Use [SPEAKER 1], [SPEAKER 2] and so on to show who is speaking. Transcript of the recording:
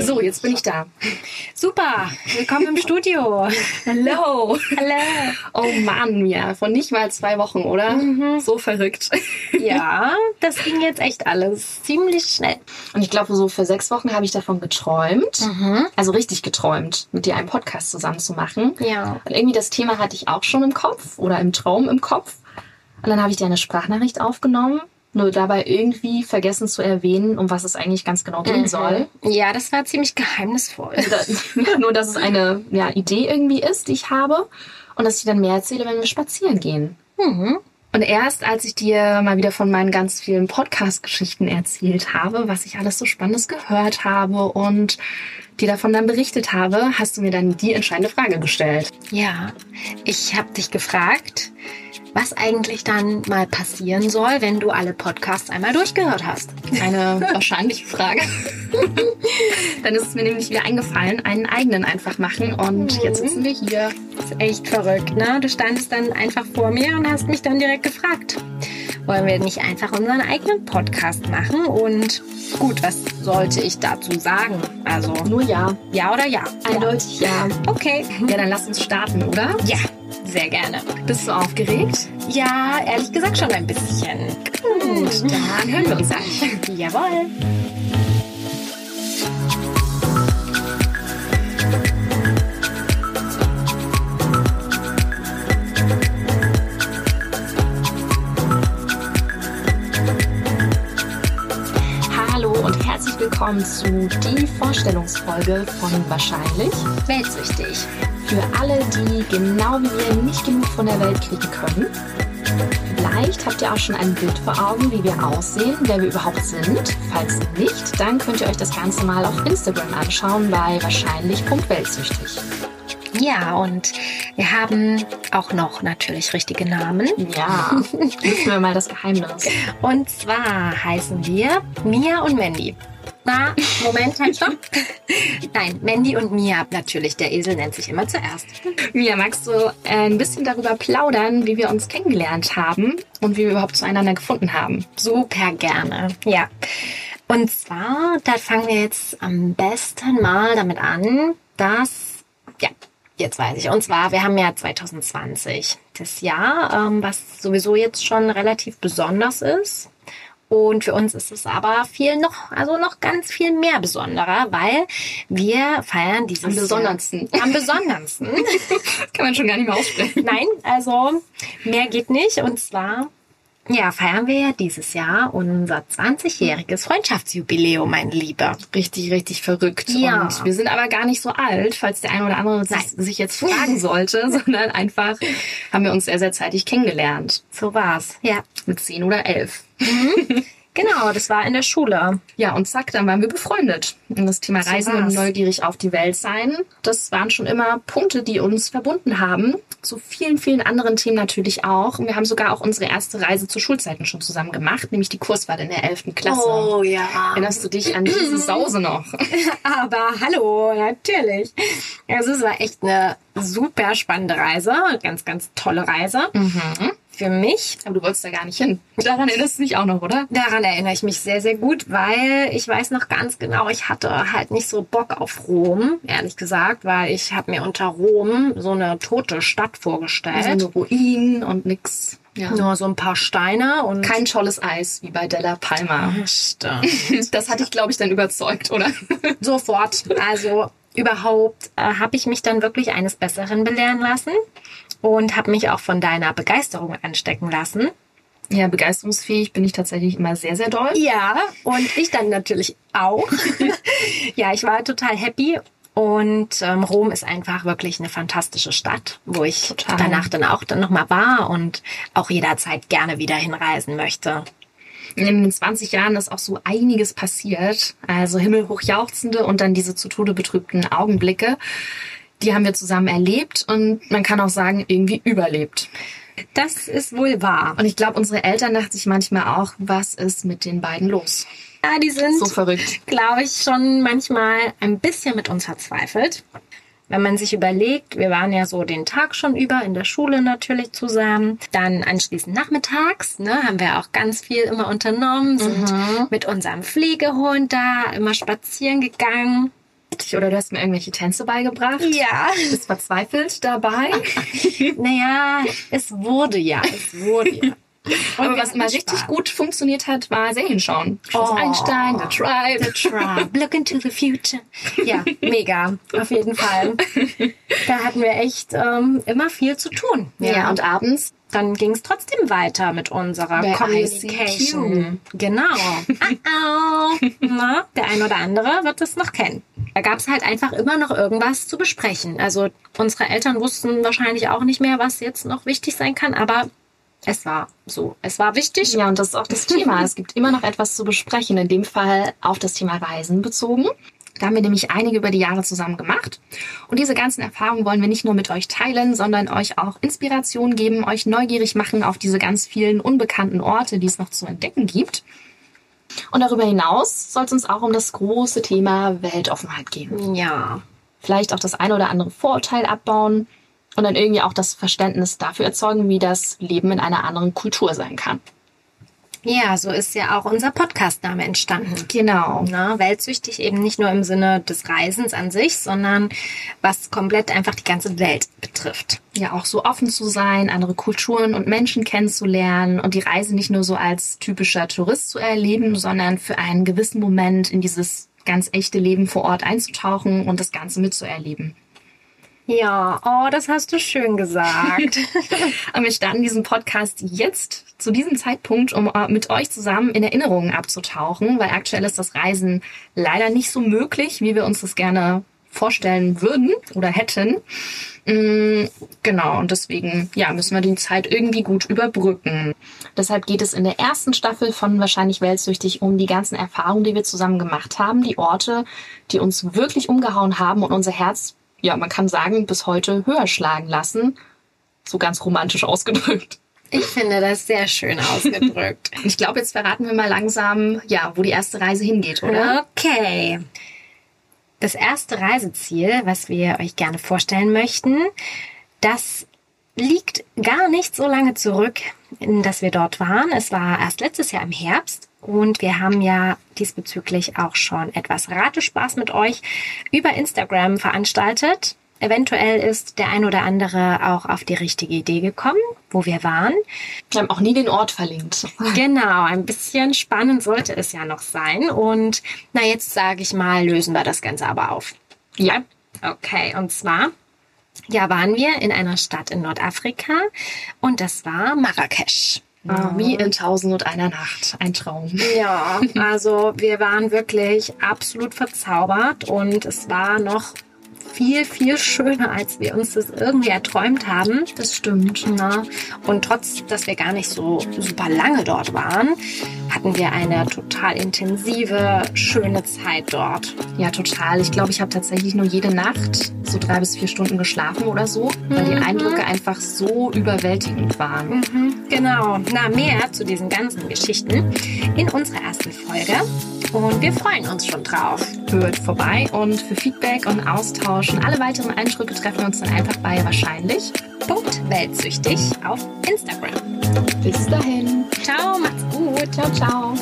[SPEAKER 1] So, jetzt bin ich da.
[SPEAKER 2] Super, willkommen im Studio.
[SPEAKER 1] Hallo.
[SPEAKER 2] Hallo.
[SPEAKER 1] Oh Mann, ja, von nicht mal zwei Wochen, oder? So verrückt.
[SPEAKER 2] Ja, das ging jetzt echt alles ziemlich schnell.
[SPEAKER 1] Und ich glaube, so für sechs Wochen habe ich davon geträumt. Also richtig geträumt, mit dir einen Podcast zusammen zu machen.
[SPEAKER 2] Ja.
[SPEAKER 1] Und irgendwie das Thema hatte ich auch schon im Kopf oder im Traum im Kopf. Und dann habe ich dir eine Sprachnachricht aufgenommen, nur dabei irgendwie vergessen zu erwähnen, um was es eigentlich ganz genau gehen soll.
[SPEAKER 2] Mhm. Ja, das war ziemlich geheimnisvoll.
[SPEAKER 1] Da, ja, nur, dass es eine ja, Idee irgendwie ist, die ich habe. Und dass ich dir dann mehr erzähle, wenn wir spazieren gehen.
[SPEAKER 2] Mhm.
[SPEAKER 1] Und erst als ich dir mal wieder von meinen ganz vielen Podcast-Geschichten erzählt habe, was ich alles so Spannendes gehört habe und dir davon dann berichtet habe, hast du mir dann die entscheidende Frage gestellt.
[SPEAKER 2] Ja, ich habe dich gefragt, was eigentlich dann mal passieren soll, wenn du alle Podcasts einmal durchgehört hast.
[SPEAKER 1] Eine wahrscheinliche Frage. dann ist es mir nämlich wieder eingefallen, einen eigenen einfach machen und jetzt sitzen wir hier.
[SPEAKER 2] Das ist echt verrückt, ne? Du standest dann einfach vor mir und hast mich dann direkt gefragt, wollen wir nicht einfach unseren eigenen Podcast machen? Und gut, was sollte ich dazu sagen? Also,
[SPEAKER 1] Nur ja,
[SPEAKER 2] ja oder ja?
[SPEAKER 1] eindeutig ja.
[SPEAKER 2] Okay.
[SPEAKER 1] Ja, dann lass uns starten, oder?
[SPEAKER 2] Ja, sehr gerne.
[SPEAKER 1] Bist du aufgeregt?
[SPEAKER 2] Ja, ehrlich gesagt schon ein bisschen.
[SPEAKER 1] Gut,
[SPEAKER 2] Mhm.
[SPEAKER 1] dann hören wir uns an.
[SPEAKER 2] Jawohl.
[SPEAKER 1] Hallo und herzlich willkommen zu die Vorstellungsfolge von Wahrscheinlich.
[SPEAKER 2] Weltsüchtig.
[SPEAKER 1] Für alle, die genau wie wir nicht genug von der Welt kriegen können. Vielleicht habt ihr auch schon ein Bild vor Augen, wie wir aussehen, wer wir überhaupt sind. Falls nicht, dann könnt ihr euch das Ganze mal auf Instagram anschauen bei wahrscheinlich.weltsüchtig.
[SPEAKER 2] Ja, und wir haben auch noch natürlich richtige Namen.
[SPEAKER 1] Ja, lüften wir mal das Geheimnis.
[SPEAKER 2] Und zwar heißen wir Mia und Mandy. Na, Moment, halt, stopp. Nein, Mandy und Mia, natürlich. Der Esel nennt sich immer zuerst.
[SPEAKER 1] Mia, magst du äh, ein bisschen darüber plaudern, wie wir uns kennengelernt haben und wie wir überhaupt zueinander gefunden haben?
[SPEAKER 2] Super gerne, ja. Und zwar, da fangen wir jetzt am besten mal damit an, dass, ja, jetzt weiß ich. Und zwar, wir haben ja 2020 das Jahr, ähm, was sowieso jetzt schon relativ besonders ist. Und für uns ist es aber viel noch, also noch ganz viel mehr besonderer, weil wir feiern dieses
[SPEAKER 1] Am besondersten.
[SPEAKER 2] Jahr, am besondersten.
[SPEAKER 1] Das kann man schon gar nicht mehr aussprechen.
[SPEAKER 2] Nein, also mehr geht nicht. Und zwar ja, feiern wir ja dieses Jahr unser 20-jähriges Freundschaftsjubiläum, mein Lieber.
[SPEAKER 1] Richtig, richtig verrückt.
[SPEAKER 2] Ja.
[SPEAKER 1] Und wir sind aber gar nicht so alt, falls der eine oder andere sich, sich jetzt fragen sollte, sondern einfach haben wir uns sehr, sehr zeitig kennengelernt.
[SPEAKER 2] So war's. Ja,
[SPEAKER 1] Mit zehn oder elf.
[SPEAKER 2] genau, das war in der Schule.
[SPEAKER 1] Ja, und zack, dann waren wir befreundet. Und das Thema
[SPEAKER 2] So
[SPEAKER 1] Reisen
[SPEAKER 2] war's.
[SPEAKER 1] und neugierig auf die Welt sein, das waren schon immer Punkte, die uns verbunden haben. Zu vielen, vielen anderen Themen natürlich auch. Und wir haben sogar auch unsere erste Reise zu Schulzeiten schon zusammen gemacht, nämlich die Kurswahl in der 11. Klasse.
[SPEAKER 2] Also, Oh. ja.
[SPEAKER 1] Erinnerst du dich an diese Sause noch?
[SPEAKER 2] Aber hallo, natürlich. Also es war echt eine super spannende Reise, ganz, ganz tolle Reise. Für mich
[SPEAKER 1] Aber du wolltest da gar nicht hin. Daran erinnerst du dich auch noch, oder?
[SPEAKER 2] Daran erinnere ich mich sehr, sehr gut, weil ich weiß noch ganz genau, ich hatte halt nicht so Bock auf Rom, ehrlich gesagt, weil ich habe mir unter Rom so eine tote Stadt
[SPEAKER 1] Also
[SPEAKER 2] vorgestellt.
[SPEAKER 1] nur Ruinen und nix. Ja.
[SPEAKER 2] Nur so ein paar Steine und
[SPEAKER 1] Kein tolles Eis wie bei Della Palma.
[SPEAKER 2] Stimmt.
[SPEAKER 1] Das hatte ich, glaube ich, dann überzeugt, oder?
[SPEAKER 2] Sofort. Also überhaupt äh, habe ich mich dann wirklich eines Besseren belehren lassen und habe mich auch von deiner Begeisterung anstecken lassen.
[SPEAKER 1] Ja, begeisterungsfähig bin ich tatsächlich immer sehr, sehr doll.
[SPEAKER 2] Ja, und ich dann natürlich auch. ja, ich war total happy. Und ähm, Rom ist einfach wirklich eine fantastische Stadt, wo ich
[SPEAKER 1] Total.
[SPEAKER 2] danach dann auch dann nochmal war und auch jederzeit gerne wieder hinreisen möchte.
[SPEAKER 1] In den 20 Jahren ist auch so einiges passiert. Also himmelhoch jauchzende und dann diese zu Tode betrübten Augenblicke. Die haben wir zusammen erlebt und man kann auch sagen, irgendwie überlebt.
[SPEAKER 2] Das ist wohl wahr.
[SPEAKER 1] Und ich glaube, unsere Eltern dachten sich manchmal auch, was ist mit den beiden los?
[SPEAKER 2] Ja, die sind,
[SPEAKER 1] So verrückt.
[SPEAKER 2] glaube ich, schon manchmal ein bisschen mit uns verzweifelt. Wenn man sich überlegt, wir waren ja so den Tag schon über in der Schule natürlich zusammen. Dann anschließend nachmittags, ne, haben wir auch ganz viel immer unternommen, sind mit unserem Pflegehund da immer spazieren gegangen.
[SPEAKER 1] geübt oder du hast mir irgendwelche Tänze beigebracht.
[SPEAKER 2] Ja.
[SPEAKER 1] Bist verzweifelt dabei.
[SPEAKER 2] Naja, es wurde ja. Es wurde ja. Und
[SPEAKER 1] Aber
[SPEAKER 2] wir
[SPEAKER 1] was
[SPEAKER 2] hatten
[SPEAKER 1] mal
[SPEAKER 2] Spaß.
[SPEAKER 1] richtig gut funktioniert hat, war Serien schauen. Schloss
[SPEAKER 2] Oh.
[SPEAKER 1] Einstein, The Tribe.
[SPEAKER 2] The Tribe, look into the future. Ja, mega, auf jeden Fall. Da hatten wir echt ähm, immer viel zu tun.
[SPEAKER 1] Ja. und abends.
[SPEAKER 2] dann ging es trotzdem weiter mit unserer
[SPEAKER 1] Bei
[SPEAKER 2] Communication. Genau. Ah, ah. Na, der ein oder andere wird das noch kennen. Da gab es halt einfach immer noch irgendwas zu besprechen. Also unsere Eltern wussten wahrscheinlich auch nicht mehr, was jetzt noch wichtig sein kann, aber es war so. Es war wichtig.
[SPEAKER 1] Ja, und das ist auch das Thema. Es gibt immer noch etwas zu besprechen, in dem Fall auf das Thema Reisen bezogen. Da haben wir nämlich einige über die Jahre zusammen gemacht. Und diese ganzen Erfahrungen wollen wir nicht nur mit euch teilen, sondern euch auch Inspiration geben, euch neugierig machen auf diese ganz vielen unbekannten Orte, die es noch zu entdecken gibt. Und darüber hinaus soll es uns auch um das große Thema Weltoffenheit gehen.
[SPEAKER 2] Ja.
[SPEAKER 1] vielleicht auch das eine oder andere Vorurteil abbauen und dann irgendwie auch das Verständnis dafür erzeugen, wie das Leben in einer anderen Kultur sein kann.
[SPEAKER 2] Ja, so ist ja auch unser Podcast-Name entstanden.
[SPEAKER 1] Genau.
[SPEAKER 2] Na, weltsüchtig eben nicht nur im Sinne des Reisens an sich, sondern was komplett einfach die ganze Welt betrifft.
[SPEAKER 1] Ja, auch so offen zu sein, andere Kulturen und Menschen kennenzulernen und die Reise nicht nur so als typischer Tourist zu erleben, sondern für einen gewissen Moment in dieses ganz echte Leben vor Ort einzutauchen und das Ganze mitzuerleben.
[SPEAKER 2] Ja, oh, das hast du schön gesagt.
[SPEAKER 1] Und wir starten diesen Podcast jetzt zu diesem Zeitpunkt, um äh, mit euch zusammen in Erinnerungen abzutauchen, weil aktuell ist das Reisen leider nicht so möglich, wie wir uns das gerne vorstellen würden oder hätten. Mm, Genau, und deswegen ja, müssen wir die Zeit irgendwie gut überbrücken. Deshalb geht es in der ersten Staffel von Wahrscheinlich Weltsüchtig um die ganzen Erfahrungen, die wir zusammen gemacht haben, die Orte, die uns wirklich umgehauen haben und unser Herz, ja, man kann sagen, bis heute höher schlagen lassen so ganz romantisch ausgedrückt.
[SPEAKER 2] ich finde das sehr schön ausgedrückt.
[SPEAKER 1] Ich glaube, jetzt verraten wir mal langsam, ja, wo die erste Reise hingeht, oder?
[SPEAKER 2] Okay. Das erste Reiseziel, was wir euch gerne vorstellen möchten, das liegt gar nicht so lange zurück, in- dass wir dort waren. Es war erst letztes Jahr im Herbst und wir haben ja diesbezüglich auch schon etwas Ratespaß mit euch über Instagram veranstaltet. Eventuell ist der ein oder andere auch auf die richtige Idee gekommen, wo wir waren.
[SPEAKER 1] Wir haben auch nie den Ort verlinkt.
[SPEAKER 2] Genau, ein bisschen spannend sollte es ja noch sein. Und na, jetzt sage ich mal, lösen wir das Ganze aber auf.
[SPEAKER 1] Ja.
[SPEAKER 2] Okay, und zwar, ja, waren wir in einer Stadt in Nordafrika und das war Marrakesch.
[SPEAKER 1] Wie in Tausend und einer Nacht. Ein Traum.
[SPEAKER 2] Ja, also wir waren wirklich absolut verzaubert und es war noch viel, viel schöner, als wir uns das irgendwie erträumt haben.
[SPEAKER 1] Das stimmt.
[SPEAKER 2] Na, und trotz, dass wir gar nicht so super lange dort waren, hatten wir eine total intensive, schöne Zeit dort.
[SPEAKER 1] Ja, total. Ich glaube, ich habe tatsächlich nur jede Nacht so drei bis vier Stunden geschlafen oder so, weil die Eindrücke einfach so überwältigend waren.
[SPEAKER 2] Genau. Na, mehr zu diesen ganzen Geschichten in unserer ersten Folge. Und wir freuen uns schon drauf.
[SPEAKER 1] Hört vorbei und für Feedback und Austausch und alle weiteren Eindrücke treffen wir uns dann einfach bei wahrscheinlich.
[SPEAKER 2] Punkt Weltsüchtig auf Instagram.
[SPEAKER 1] Bis dahin.
[SPEAKER 2] Ciao, macht's gut.
[SPEAKER 1] Ciao, ciao.